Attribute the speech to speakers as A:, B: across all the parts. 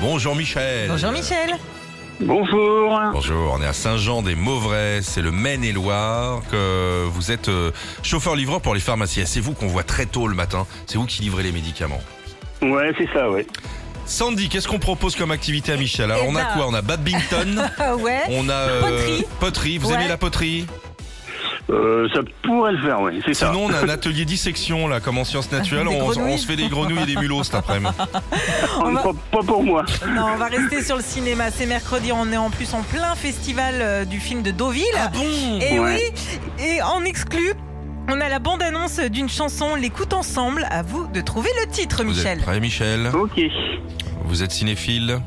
A: Bonjour Michel.
B: Bonjour Michel.
C: Bonjour.
A: Bonjour, on est à Saint-Jean-des-Mauvrais, c'est le Maine-et-Loire, que vous êtes euh, chauffeur-livreur pour les pharmacies. Ah, C'est vous qu'on voit très tôt le matin, c'est vous qui livrez les médicaments.
C: Ouais, c'est ça, ouais.
A: Sandy, qu'est-ce qu'on propose comme activité à Michel Alors
B: Eh
A: on a
B: ben.
A: quoi On a badminton,
B: Ah ouais.
A: on a euh,
B: Poterie.
A: poterie. vous
B: Ouais.
A: aimez la poterie
C: Euh, ça pourrait le faire, oui, c'est ça.
A: Sinon on a un atelier dissection là, comme en sciences naturelles,
B: Ah, Des
A: on,
B: grenouilles.
A: on se fait des grenouilles et des mulots cet après-midi.
B: on va-
C: Pas, pas pour moi.
B: Non, on va rester sur le cinéma. C'est mercredi. On est en plus en plein festival euh, du film de Deauville.
A: Ah, bon
B: Et
C: Ouais.
B: oui. Et en exclu, on a la bande-annonce d'une chanson. L'écoute ensemble. À vous de trouver le titre,
A: Vous
B: Michel.
A: êtes prêt Michel
C: Ok.
A: Vous êtes cinéphile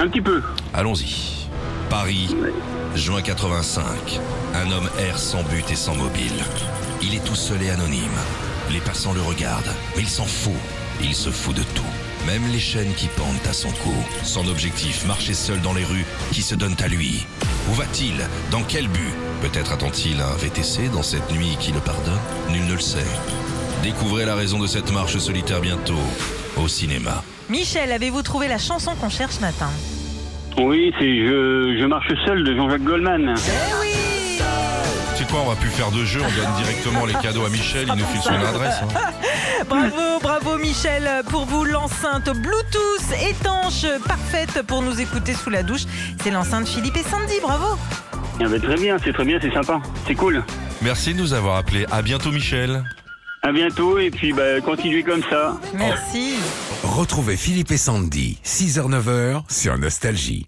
C: Un petit peu.
A: Allons-y. Paris, juin 85. Un homme erre sans but et sans mobile. Il est tout seul et anonyme. Les passants le regardent, mais il s'en fout. Il se fout de tout. Même les chaînes qui pendent à son cou. Son objectif, marcher seul dans les rues qui se donnent à lui. Où va-t-il Dans quel but Peut-être attend-il à un VTC dans cette nuit qui le pardonne Nul ne le sait. Découvrez la raison de cette marche solitaire bientôt au cinéma.
B: Michel, avez-vous trouvé la chanson qu'on cherche ce matin
C: Oui, c'est je, je marche seul de Jean-Jacques Goldman.
B: Eh oui.
A: C'est quoi, on va plus faire de jeu, on donne directement les cadeaux à Michel, il nous file son adresse. hein.
B: Bravo, bravo Michel pour vous l'enceinte Bluetooth étanche parfaite pour nous écouter sous la douche. C'est l'enceinte Philippe et Sandy. Bravo.
C: Ah bah, très bien, c'est très bien, c'est sympa. C'est cool.
A: Merci de nous avoir appelés. À bientôt, Michel.
C: À bientôt et puis bah, continuez comme ça.
B: Merci.
D: Retrouvez Philippe et Sandy, 6h-9h sur Nostalgie.